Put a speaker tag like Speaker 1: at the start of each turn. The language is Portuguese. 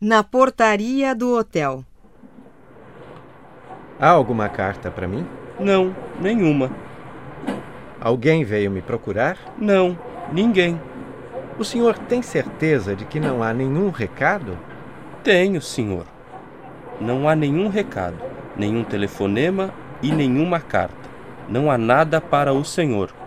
Speaker 1: Na portaria do hotel.
Speaker 2: Há alguma carta para mim?
Speaker 3: Não, nenhuma.
Speaker 2: Alguém veio me procurar?
Speaker 3: Não, ninguém.
Speaker 2: O senhor tem certeza de que não há nenhum recado?
Speaker 3: Tenho, senhor. Não há nenhum recado, nenhum telefonema e nenhuma carta. Não há nada para o senhor.